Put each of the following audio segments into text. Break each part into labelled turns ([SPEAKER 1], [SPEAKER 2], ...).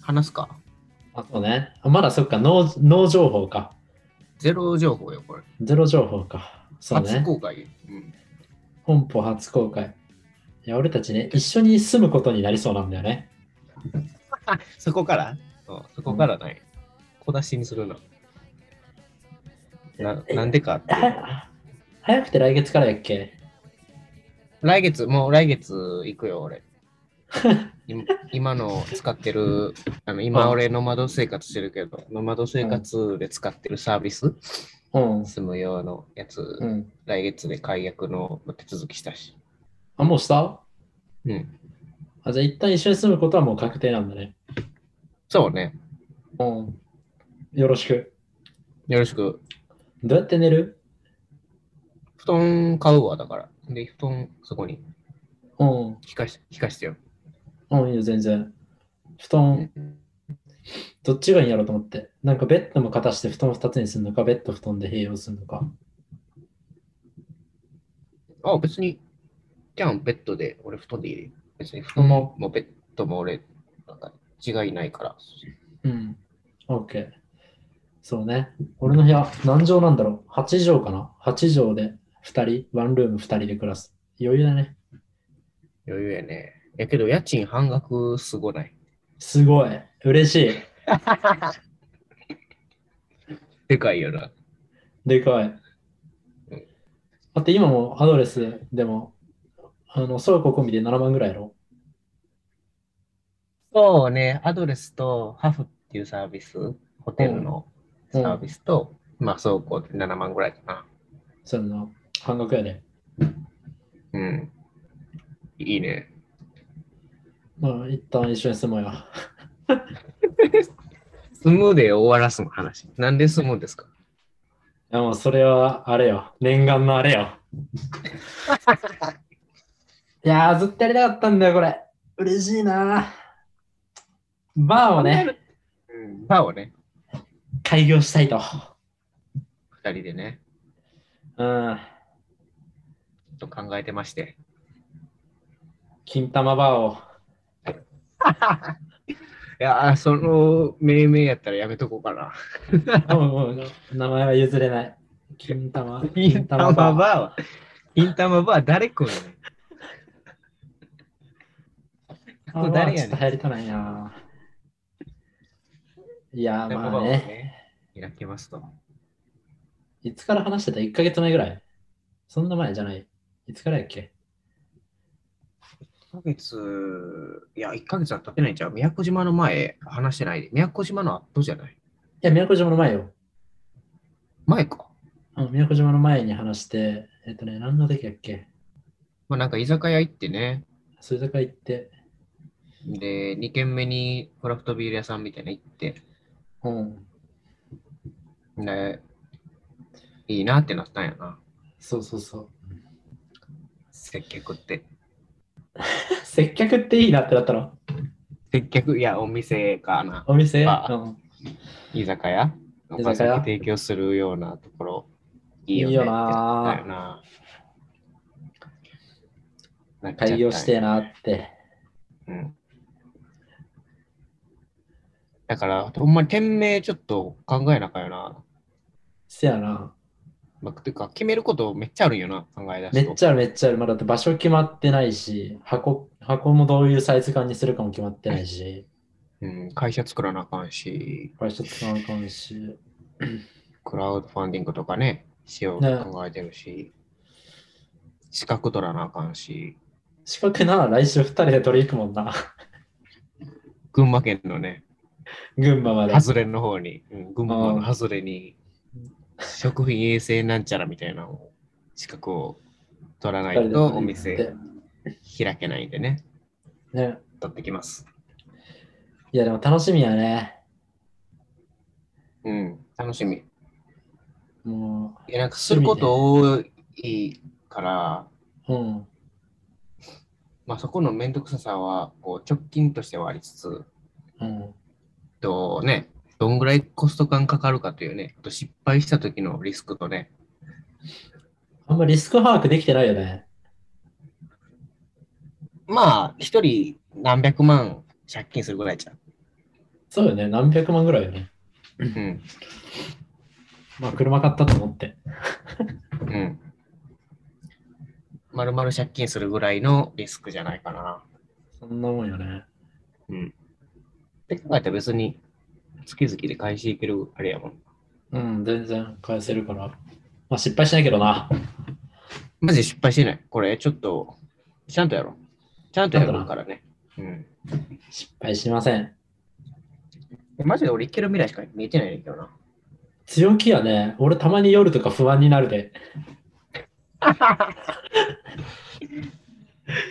[SPEAKER 1] 話すか。
[SPEAKER 2] あとね、あまだそっか、脳脳情報か。
[SPEAKER 1] ゼロ情報よ、これ。
[SPEAKER 2] ゼロ情報か。そう
[SPEAKER 1] 初
[SPEAKER 2] ね。
[SPEAKER 1] 公開。うん。
[SPEAKER 2] 本邦初公開。いや、俺たちね、一緒に住むことになりそうなんだよね。
[SPEAKER 1] そこからそうそこからない。小出しにするの。ななんでかっていう
[SPEAKER 2] は 早くて来月からやっけ
[SPEAKER 1] 来月、もう来月行くよ、俺。 今今の使ってる、あの今俺ノマド生活してるけど、ノマド生活で使ってるサービス、
[SPEAKER 2] うん。
[SPEAKER 1] 住む用のやつ、
[SPEAKER 2] うん。
[SPEAKER 1] 来月で解約の手続きしたし。
[SPEAKER 2] あ、もうした
[SPEAKER 1] うん。
[SPEAKER 2] あ、じゃあ一旦一緒に住むことはもう確定なんだね。
[SPEAKER 1] そうね。
[SPEAKER 2] うん。よろしく。
[SPEAKER 1] よろしく。
[SPEAKER 2] どうやって寝る
[SPEAKER 1] 布団買うわ、だから。で、布団そこに
[SPEAKER 2] うん。
[SPEAKER 1] 引かし引かしてよ。
[SPEAKER 2] うん、いいよ、全然。布団、どっちがいいんやろうと思って。なんかベッドも片して布団2つにするのか、ベッド布団で併用するのか。
[SPEAKER 1] あ、別に、キャンベッドで、俺布団でいいよ。別に布団も,、もうベッドも俺、なんか違いないから。
[SPEAKER 2] うん。OK。そうね。俺の部屋、何畳なんだろう ?8 畳かな ?8 畳で2人、ワンルーム2人で暮らす。余裕だね。
[SPEAKER 1] 余裕やね。やけど家賃半額すごない。
[SPEAKER 2] すごい。嬉しい。
[SPEAKER 1] でかいよな。
[SPEAKER 2] でかい。だって今もアドレスでも、あの倉庫込みで7万ぐらいやろ。
[SPEAKER 1] そうね、アドレスとハフっていうサービス、ホテルのサービスと、まあ倉庫で7万ぐらいかな。
[SPEAKER 2] それの半額やで、
[SPEAKER 1] うん。いいね。
[SPEAKER 2] まあ、一旦一緒に住もうよ。
[SPEAKER 1] 住むで終わらすの話。なんで住むんですか
[SPEAKER 2] いやもうそれはあれよ。念願のあれよ。 いやー、ずっとやりたかったんだよ、これ。嬉しいなー。バーをね、
[SPEAKER 1] うん。バーをね、
[SPEAKER 2] 開業したいと。
[SPEAKER 1] 二人でね、
[SPEAKER 2] うん。
[SPEAKER 1] ちょっと考えてまして。
[SPEAKER 2] 金玉バーを。
[SPEAKER 1] いやー、その命名やったらやめとこうかな。
[SPEAKER 2] あも うもう名前は譲れない。金玉。
[SPEAKER 1] 金玉バー
[SPEAKER 2] ー。
[SPEAKER 1] は、金玉バー誰来るの
[SPEAKER 2] 金玉バーちょっと流行りたないなー。いやー、まあね。
[SPEAKER 1] 開けますと。
[SPEAKER 2] いつから話してた ?1 ヶ月前ぐらいそんな前じゃない。いつからやっけ
[SPEAKER 1] 1ヶ月、いや、1ヶ月は経ってないんちゃう宮古島の前、話してないで。宮古島の後じゃない
[SPEAKER 2] いや、宮古島の前よ。
[SPEAKER 1] 前か。
[SPEAKER 2] うん宮古島の前に話して、えっとね、何の時やっけ
[SPEAKER 1] まあ、なんか居酒屋行ってね、
[SPEAKER 2] それだから行って、
[SPEAKER 1] で、2軒目にクラフトビール屋さんみたいなの行って、
[SPEAKER 2] うん、
[SPEAKER 1] で、いいなってなったんやな。
[SPEAKER 2] そうそうそう。
[SPEAKER 1] 接客って。
[SPEAKER 2] 接客っていいなってなったの
[SPEAKER 1] 接客、いや、お店かな。
[SPEAKER 2] お店、う
[SPEAKER 1] あ
[SPEAKER 2] ん、
[SPEAKER 1] 居酒屋
[SPEAKER 2] 居酒屋
[SPEAKER 1] お酒提供するようなところ、いいよねってなったよな。なんかちょっと
[SPEAKER 2] 開業してえなって。
[SPEAKER 1] うんだから、ほんまに店名ちょっと考えなあかんよな。
[SPEAKER 2] せやな。
[SPEAKER 1] まあ、てか、決めることめっちゃあるんよな、考え出
[SPEAKER 2] め
[SPEAKER 1] すと。
[SPEAKER 2] っちゃあるめっちゃある。まあだって場所決まってないし、箱箱もどういうサイズ感にするかも決まってないし、
[SPEAKER 1] うん、会社作らなあかんし、
[SPEAKER 2] これちょっとそのかもし。
[SPEAKER 1] クラウドファンディングとかね、しようと考えてるし、資格取らなあかんし、
[SPEAKER 2] 資格な、来週2人で取り行くもんな。
[SPEAKER 1] 群馬県のね、
[SPEAKER 2] 群馬まで。
[SPEAKER 1] 外れの方に、うん、群馬の外れに、食品衛生なんちゃらみたいなのを資格を取らないとお店開けないんでね、
[SPEAKER 2] ね。
[SPEAKER 1] 取ってきます。
[SPEAKER 2] いや、でも楽しみやね。
[SPEAKER 1] うん、楽しみ。
[SPEAKER 2] も
[SPEAKER 1] いや、なんかすること多いから、
[SPEAKER 2] う、うん。
[SPEAKER 1] まあそこのめんどくささは、こう、直近としてはありつつ、
[SPEAKER 2] うん。
[SPEAKER 1] とね、どんぐらいコスト感かかるかというね、あと失敗した時のリスクとね、
[SPEAKER 2] あんまリスク把握できてないよね。
[SPEAKER 1] まあ、一人何百万借金するぐらいじゃん。
[SPEAKER 2] そうよね。何百万ぐらいよね。
[SPEAKER 1] うん。
[SPEAKER 2] まあ、車買ったと思って。
[SPEAKER 1] うん。まるまる借金するぐらいのリスクじゃないかな。
[SPEAKER 2] そんなもんよね。
[SPEAKER 1] うん。って考えたら別に月々で返していけるあれやもん。
[SPEAKER 2] うん、全然返せるから。まあ、失敗しないけどな。
[SPEAKER 1] マジで失敗してない。これちょっと、ちゃんとやろう。ちゃんとやるからね。うん。
[SPEAKER 2] 失敗しません。
[SPEAKER 1] マジで俺いける未来しか見えてないんだけどな。
[SPEAKER 2] 強気やね。俺たまに夜とか不安になるで。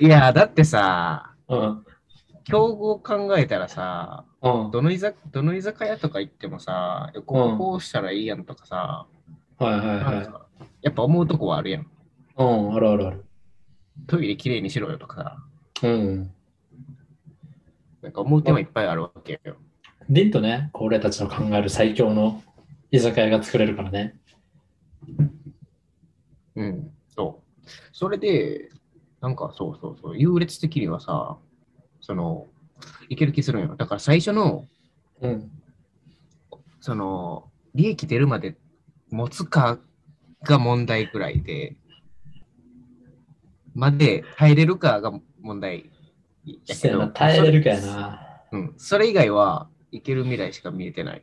[SPEAKER 1] いや、だってさ、
[SPEAKER 2] うん。
[SPEAKER 1] 競合考えたらさ、
[SPEAKER 2] うん。
[SPEAKER 1] どの居酒どの居酒屋とか行ってもさ、こここうしたらいいやんとかさ、
[SPEAKER 2] はいはい
[SPEAKER 1] なん
[SPEAKER 2] はい。
[SPEAKER 1] かやっぱ思うとこはあるやん。
[SPEAKER 2] うん、あるあるある。
[SPEAKER 1] トイレきれいにしろよとかさ、
[SPEAKER 2] うん。
[SPEAKER 1] なんか思う手もいっぱいあるわけよ。
[SPEAKER 2] ディンとね、こう俺たちの考える最強の居酒屋が作れるからね。
[SPEAKER 1] うん。そう。それで、なんかそうそうそう、優劣的にはさ、その、いける気するんよ。だから最初の、
[SPEAKER 2] うん。
[SPEAKER 1] その、利益出るまで持つかが問題ぐらいで、まで耐えれるかが問題や
[SPEAKER 2] そ
[SPEAKER 1] け
[SPEAKER 2] や
[SPEAKER 1] ど
[SPEAKER 2] な、、耐えれるかやな。
[SPEAKER 1] うん、それ以外はいける未来しか見えてない。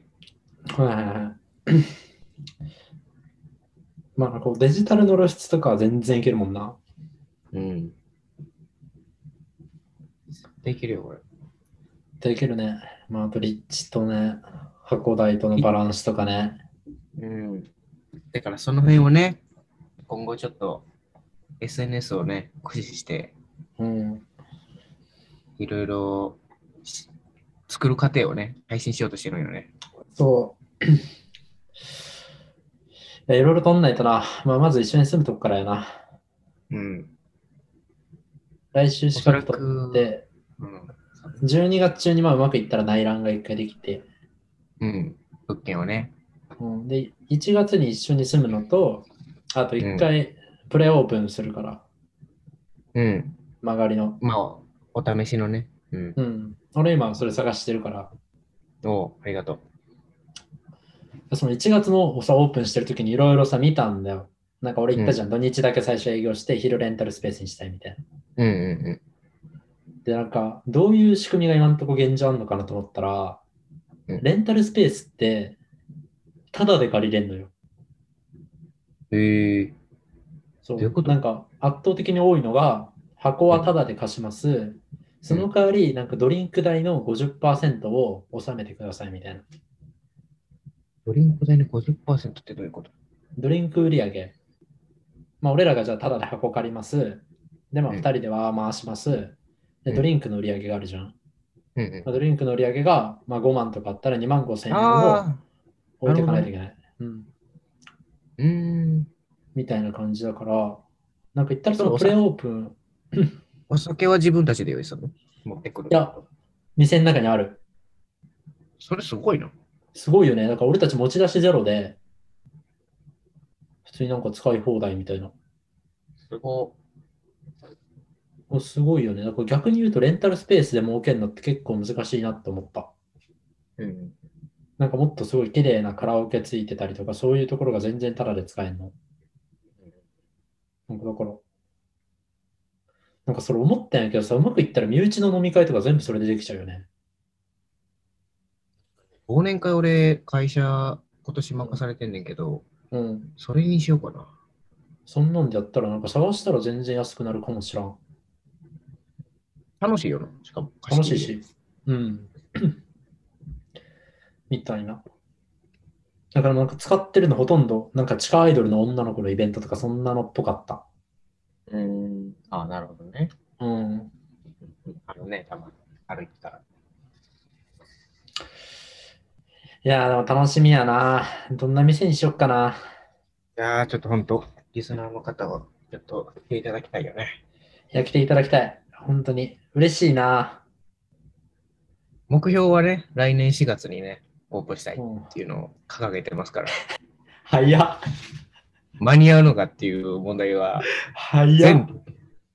[SPEAKER 2] はいはいはい。 まあ、こうデジタルの露出とかは全然いけるもんな。
[SPEAKER 1] うん。できるよ、これ。
[SPEAKER 2] できるね。まあ、あと立地とね、箱代とのバランスとかね。
[SPEAKER 1] うん。だからその辺をね、今後ちょっと SNS をね、駆使して、
[SPEAKER 2] うん。
[SPEAKER 1] いろいろし作る過程をね、配信しようとしてるんよね。
[SPEAKER 2] そう。 いや、いろいろとんないとな。まあ、まず一緒に住むとこからやな。
[SPEAKER 1] うん。
[SPEAKER 2] 来週資格取
[SPEAKER 1] おそら
[SPEAKER 2] っ
[SPEAKER 1] く
[SPEAKER 2] て、
[SPEAKER 1] うん。
[SPEAKER 2] 12月中にまあうまくいったら内覧が一回できて、
[SPEAKER 1] うん。物件をね。
[SPEAKER 2] うん、で、1月に一緒に住むのと、あと一回プレオープンするから、
[SPEAKER 1] うん。
[SPEAKER 2] 曲がりの。
[SPEAKER 1] まあ、おお試しのね。うん。
[SPEAKER 2] うん。俺今それ探してるから、
[SPEAKER 1] おうありがと
[SPEAKER 2] その1月のさオープンしてる時にいろいろさ見たんだよ。なんか俺言ったじゃん、土日だけ最初営業して昼レンタルスペースにしたいみたいな。
[SPEAKER 1] う。うんうんうん。
[SPEAKER 2] で、なんかどういう仕組みが今のとこ現状あるのかなと思ったら、
[SPEAKER 1] うん
[SPEAKER 2] レンタルスペースってタダで借りれんのよ。
[SPEAKER 1] へえ
[SPEAKER 2] そう
[SPEAKER 1] どういうこと
[SPEAKER 2] なんか圧倒的に多いのが箱はタダで貸します、その代わりなんかドリンク代の50%を納めてくださいみたいな
[SPEAKER 1] ドリンク代の50%ってどういうこと
[SPEAKER 2] ドリンク売り上げまあ俺らがじゃあタダで箱借りますでまあ
[SPEAKER 1] うん
[SPEAKER 2] 2人では回しますで
[SPEAKER 1] うん
[SPEAKER 2] ドリンクの売り上げがあるじゃん、
[SPEAKER 1] うんうん
[SPEAKER 2] まあ、ドリンクの売り上げがまあ5万とかあったら2万5千円を
[SPEAKER 1] ああ
[SPEAKER 2] 置いていかないといけない、うん、
[SPEAKER 1] ー、うーん。
[SPEAKER 2] みたいな感じだからなんか言ったらそ
[SPEAKER 1] そ
[SPEAKER 2] の
[SPEAKER 1] う
[SPEAKER 2] プレオープン
[SPEAKER 1] お酒は自分たちで用意するの持ってくる。
[SPEAKER 2] いや、店の中にある
[SPEAKER 1] それすごいな。
[SPEAKER 2] すごいよね。だから俺たち持ち出しゼロで、普通になんか使い放題みたいな。
[SPEAKER 1] すご
[SPEAKER 2] これすごいよね。だから逆に言うとレンタルスペースで儲けるのって結構難しいなって思った。
[SPEAKER 1] い。うん。
[SPEAKER 2] なんかもっとすごい綺麗なカラオケついてたりとか、そういうところが全然タダで使えんの。なんかだから、なんかそれ思ったんやけどさ、うまくいったら身内の飲み会とか全部それでできちゃうよね。
[SPEAKER 1] 忘年会俺、会社、今年任されてんねんけど、
[SPEAKER 2] うん。
[SPEAKER 1] それにしようかな。
[SPEAKER 2] そんなんでやったらなんか探したら全然安くなるかもしらん。
[SPEAKER 1] 楽しいよな。しかも、
[SPEAKER 2] 楽しい。し。うん。 みたいな。だからなんか使ってるのほとんど、なんか地下アイドルの女の子のイベントとかそんなのっぽかった。
[SPEAKER 1] うん。ああ、なるほどね。
[SPEAKER 2] うん。
[SPEAKER 1] あのね、たまに歩いてたら。
[SPEAKER 2] いやーでも楽しみやな。どんな店にしよっかな。
[SPEAKER 1] いやー、ちょっと本当リスナーの方は、ちょっと来ていただきたいよね。
[SPEAKER 2] いや、来ていただきたい。本当に。嬉しいな。
[SPEAKER 1] 目標はね、来年4月にね、オープンしたいっ
[SPEAKER 2] うん、
[SPEAKER 1] ていうのを掲げてますから、
[SPEAKER 2] 早っ。
[SPEAKER 1] 間に合うのかっていう問題は、
[SPEAKER 2] 早
[SPEAKER 1] 全
[SPEAKER 2] っ。
[SPEAKER 1] 部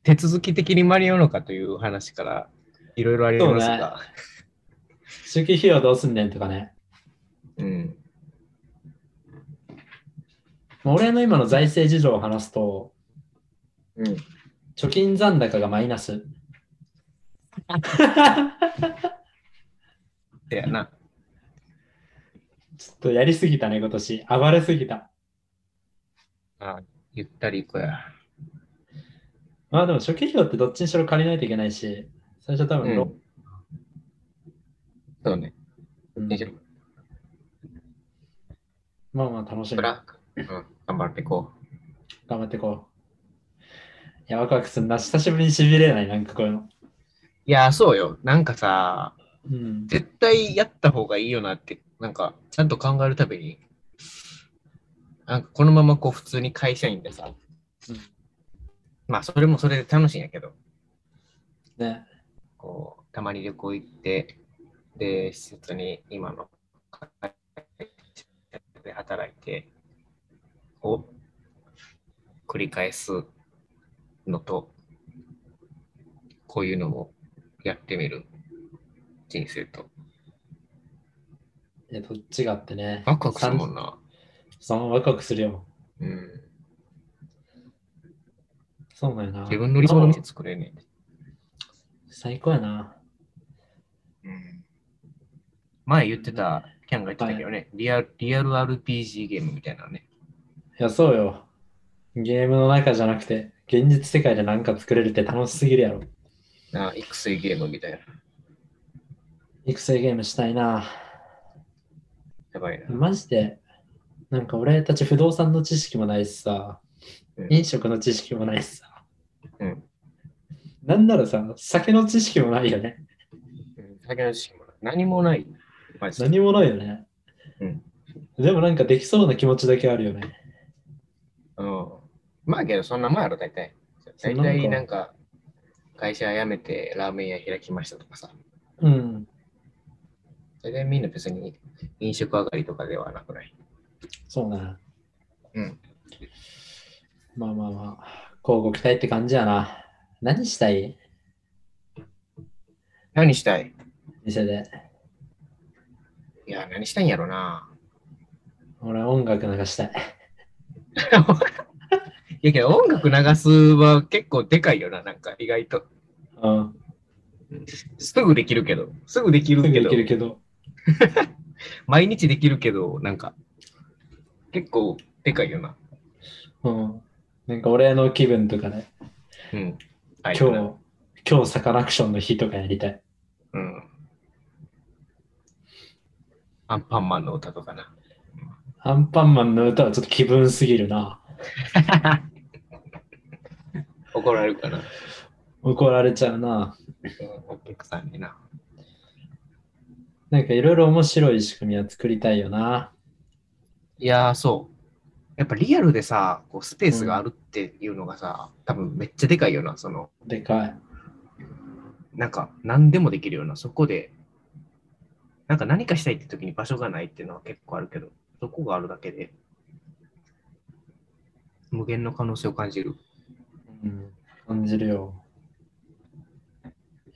[SPEAKER 1] 手続き的に間に合うのかという話からいろいろありますが、
[SPEAKER 2] 初期費用どうすんねんとかね。
[SPEAKER 1] うん。
[SPEAKER 2] まあ俺の今の財政事情を話すと、
[SPEAKER 1] うん。
[SPEAKER 2] 貯金残高がマイナス。
[SPEAKER 1] てやな。
[SPEAKER 2] ちょっとやりすぎたね、今年。暴れすぎた。
[SPEAKER 1] あゆったりいくや。
[SPEAKER 2] まあでも初期費用ってどっちにしろ借りないといけないし、最初多
[SPEAKER 1] う
[SPEAKER 2] 分
[SPEAKER 1] ん
[SPEAKER 2] ロ、。
[SPEAKER 1] そうね。
[SPEAKER 2] うん
[SPEAKER 1] 大丈夫。
[SPEAKER 2] まあまあ楽しみ。
[SPEAKER 1] ブ
[SPEAKER 2] 頑
[SPEAKER 1] ラック。うん。頑張っていこう。
[SPEAKER 2] 張ってこう。いや、ワクワクするな。久しぶりにしびれない、なんかこういうの。
[SPEAKER 1] いや、そうよ。なんかさ、
[SPEAKER 2] うん。
[SPEAKER 1] 絶対やった方がいいよなって、なんか、ちゃんと考えるたびに、なんかこのままこう普通に会社員でさ、
[SPEAKER 2] うん
[SPEAKER 1] まあそれもそれで楽しいんやけど、
[SPEAKER 2] ね。
[SPEAKER 1] こう、たまに旅行行って、で、施設に今の会社で働いて、を繰り返すのと、こういうのをやってみる人生と、
[SPEAKER 2] いや、どっちがってね。
[SPEAKER 1] ワクワクするもんな。
[SPEAKER 2] そのワクワクするよ。
[SPEAKER 1] うん、
[SPEAKER 2] そうだよな。
[SPEAKER 1] 自分の理想の店作れね
[SPEAKER 2] 最高やな。
[SPEAKER 1] え、うん。前言ってた、キャンが言ってたけどね、リアルリアル RPG ゲームみたいなのね。
[SPEAKER 2] いや、そうよ。ゲームの中じゃなくて、現実世界で何か作れるって楽しすぎるやろ。
[SPEAKER 1] あ育成ゲームみたいな。
[SPEAKER 2] 育成ゲームしたいな。
[SPEAKER 1] やばいな。
[SPEAKER 2] マジで、なんか俺たち不動産の知識もないしさ、
[SPEAKER 1] うん
[SPEAKER 2] 飲食の知識もないしさ。
[SPEAKER 1] うん
[SPEAKER 2] なんならさ、酒の知識もないよね。
[SPEAKER 1] うん酒の知識もない何もない。マジで
[SPEAKER 2] 何もないよね。
[SPEAKER 1] うん
[SPEAKER 2] でもなんかできそうな気持ちだけあるよね。
[SPEAKER 1] うん。まあけど、そんなもんやろ、大体。
[SPEAKER 2] そ
[SPEAKER 1] 大
[SPEAKER 2] んなもんか
[SPEAKER 1] 体なんか、会社辞めてラーメン屋開きましたとかさ。
[SPEAKER 2] うん。
[SPEAKER 1] 大体みんな別に飲食上がりとかではなくない。
[SPEAKER 2] そうね。
[SPEAKER 1] うん。
[SPEAKER 2] まあまあまあ、こうご期待って感じやな。何したい
[SPEAKER 1] 何したい
[SPEAKER 2] 店で。
[SPEAKER 1] いや、何したいんやろな。
[SPEAKER 2] 俺音楽流したい。
[SPEAKER 1] いやけど、音楽流すは結構でかいよな、なんか意外と。
[SPEAKER 2] うん。
[SPEAKER 1] すぐできるけど、すぐできる
[SPEAKER 2] すぐ
[SPEAKER 1] け
[SPEAKER 2] で
[SPEAKER 1] ど
[SPEAKER 2] き、るけど。
[SPEAKER 1] 毎日できるけど、なんか、結構でかいよな。
[SPEAKER 2] うん。なんか俺の気分とかね、
[SPEAKER 1] うん。はい
[SPEAKER 2] 今日、今日サカナクションの日とかやりたい。
[SPEAKER 1] うん。アンパンマンの歌とかな。
[SPEAKER 2] アンパンマンの歌はちょっと気分すぎるな。
[SPEAKER 1] 怒られるかな。
[SPEAKER 2] 怒られちゃうな。
[SPEAKER 1] お客さんにな。
[SPEAKER 2] なんかいろいろ面白い仕組みは作りたいよな。
[SPEAKER 1] いやー、そう。やっぱリアルでさ、こうスペースがあるっていうのがさ、多分めっちゃでかいよな。その、
[SPEAKER 2] でかい。
[SPEAKER 1] なんか何でもできるような、そこで、なんか何かしたいって時に場所がないっていうのは結構あるけど、そこがあるだけで、無限の可能性を感じる。
[SPEAKER 2] うん。感じるよ。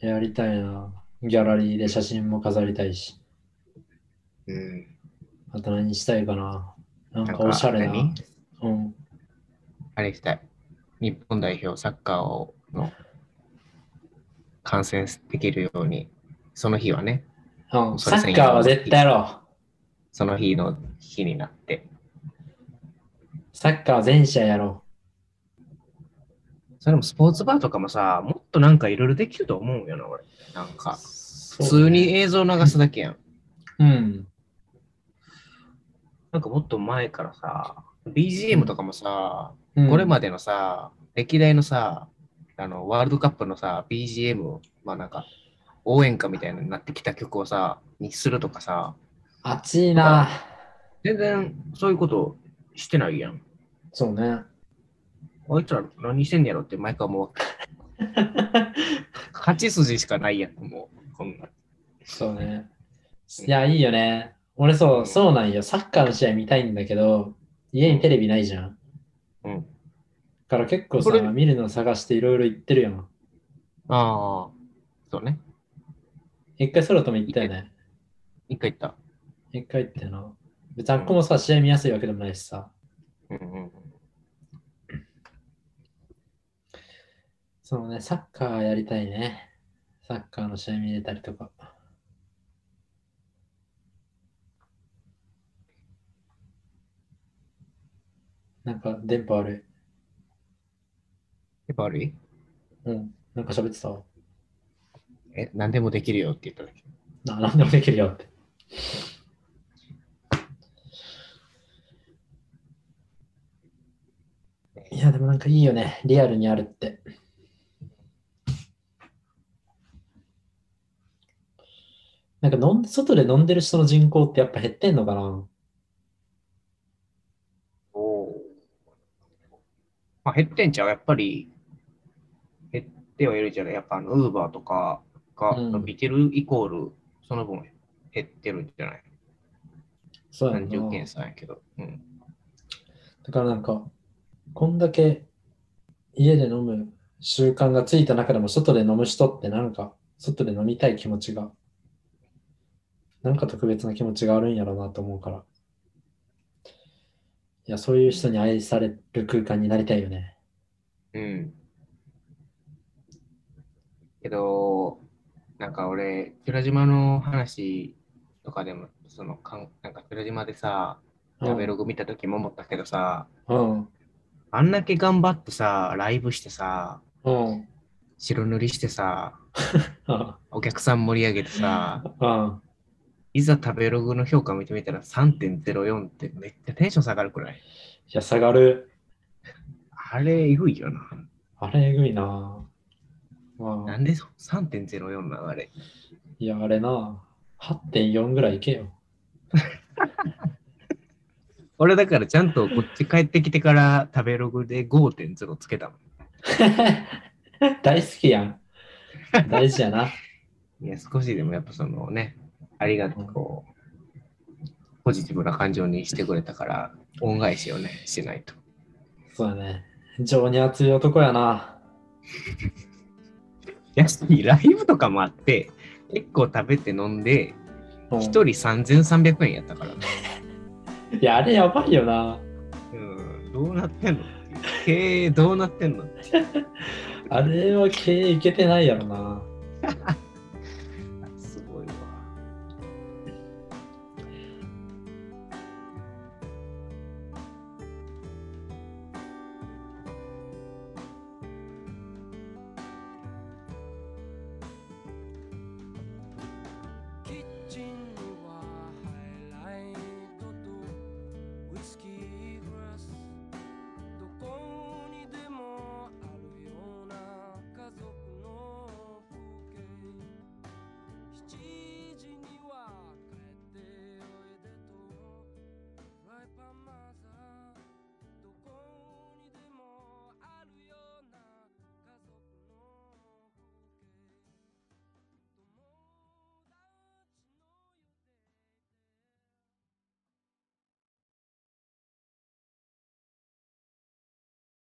[SPEAKER 2] やりたいな。ギャラリーで写真も飾りたいし。
[SPEAKER 1] うん。
[SPEAKER 2] あと何したいかな。なん
[SPEAKER 1] なん
[SPEAKER 2] か
[SPEAKER 1] か
[SPEAKER 2] おしゃれな。
[SPEAKER 1] 何
[SPEAKER 2] うん。
[SPEAKER 1] あれしたい。日本代表サッカーをの観戦できるように、その日はね、
[SPEAKER 2] うん、
[SPEAKER 1] そ
[SPEAKER 2] サ
[SPEAKER 1] れ専
[SPEAKER 2] ッ
[SPEAKER 1] 用
[SPEAKER 2] カーは絶対やろう。
[SPEAKER 1] その日の日になって、
[SPEAKER 2] サッカーは全試合やろ
[SPEAKER 1] それもスポーツバーとかもさ、もっとなんかいろいろできると思うよな、俺。なん
[SPEAKER 2] う。
[SPEAKER 1] か、
[SPEAKER 2] 普
[SPEAKER 1] 普通に。映像流すだけやん。
[SPEAKER 2] うん。
[SPEAKER 1] なんかもっと前からさ、BGM とかもさ、
[SPEAKER 2] うん
[SPEAKER 1] これまでのさ、歴代のさ、あの、ワールドカップのさ、BGM、まあなんか、応援歌みたいなのになってきた曲をさ、にするとかさ、
[SPEAKER 2] 暑いな。
[SPEAKER 1] 全然そういうことしてないやん。
[SPEAKER 2] そうね。
[SPEAKER 1] あいつら何してんねやろって毎回もう、勝ち筋しかないやん、もう。こんな。
[SPEAKER 2] そうね。いや、いいよね。俺そうう、
[SPEAKER 1] ん
[SPEAKER 2] そうなんよ。サッカーの試合見たいんだけど、家にテレビないじゃん。だ
[SPEAKER 1] うん。
[SPEAKER 2] から結構さ
[SPEAKER 1] これ、
[SPEAKER 2] 見るの探していろいろ行ってるやん。
[SPEAKER 1] ああ、そうね。
[SPEAKER 2] 一回ソロとも行ったよね。
[SPEAKER 1] 一回行った。
[SPEAKER 2] 一回ってな。別にあっこもさ、試合見やすいわけでもないしさ。
[SPEAKER 1] うんうんうん。
[SPEAKER 2] そのね、サッカーやりたいね。サッカーの試合見れたりとか。なんか電波悪
[SPEAKER 1] やっぱ悪い
[SPEAKER 2] い。うん。なんか喋ってたわ。
[SPEAKER 1] え、何でもできるよって言っただけ。
[SPEAKER 2] な何でもできるよって。いや、でもなんかいいよね。リアルにあるって。なんか飲んで、外で飲んでる人の人口ってやっぱ減ってんのかな
[SPEAKER 1] おお。まあ減ってんちゃうやっぱり減ってはいるじゃないやっぱあの、ウーバーとかが
[SPEAKER 2] うん
[SPEAKER 1] 伸びてるイコール、その分減ってるんじゃない
[SPEAKER 2] そうやん
[SPEAKER 1] 単純
[SPEAKER 2] な
[SPEAKER 1] 計。算やけど。うん。
[SPEAKER 2] だからなんか、こんだけ家で飲む習慣がついた中でも外で飲む人ってなんか、外で飲みたい気持ちが、なんか特別な気持ちがあるんやろうなと思うから。いや、そういう人に愛される空間になりたいよね。
[SPEAKER 1] うん。けど、なんか俺、寺島の話とかでも、その、かんなんか寺島でさ、
[SPEAKER 2] うん。
[SPEAKER 1] ベログ見た時も思ったけどさ、
[SPEAKER 2] うん。
[SPEAKER 1] あんだけ頑張ってさ、ライブしてさ、
[SPEAKER 2] うん。
[SPEAKER 1] 白塗りしてさ、
[SPEAKER 2] あ
[SPEAKER 1] お客さん盛り上げてさ、
[SPEAKER 2] あ。
[SPEAKER 1] いざ食べログの評価見てみたら3.04ってめっちゃテンション下がるくらい。
[SPEAKER 2] いや、下がる。
[SPEAKER 1] あれ、えぐいよな。
[SPEAKER 2] あれ、えぐいな。ま
[SPEAKER 1] な
[SPEAKER 2] あ、
[SPEAKER 1] んでそ3.04なのあれ。
[SPEAKER 2] いや、あれな。8.4ぐらいいけよ。
[SPEAKER 1] 俺だからちゃんとこっち帰ってきてから食べログで5.0つけたも
[SPEAKER 2] 大好きやん。大事やな。
[SPEAKER 1] ん。いや、少しでもやっぱそのね、ありがとう、こう、ポジティブな感情にしてくれたから、恩返しをね、しないと。
[SPEAKER 2] そうだね。情に熱い男やな。
[SPEAKER 1] やし、ライブとかもあって、結構食べて飲んで、
[SPEAKER 2] う
[SPEAKER 1] 1
[SPEAKER 2] ん
[SPEAKER 1] 人3300円やったからね。
[SPEAKER 2] いや、あれやばいよな。
[SPEAKER 1] うん、どうなってんの経営どうなってんの
[SPEAKER 2] あれは経営いけてないやろな。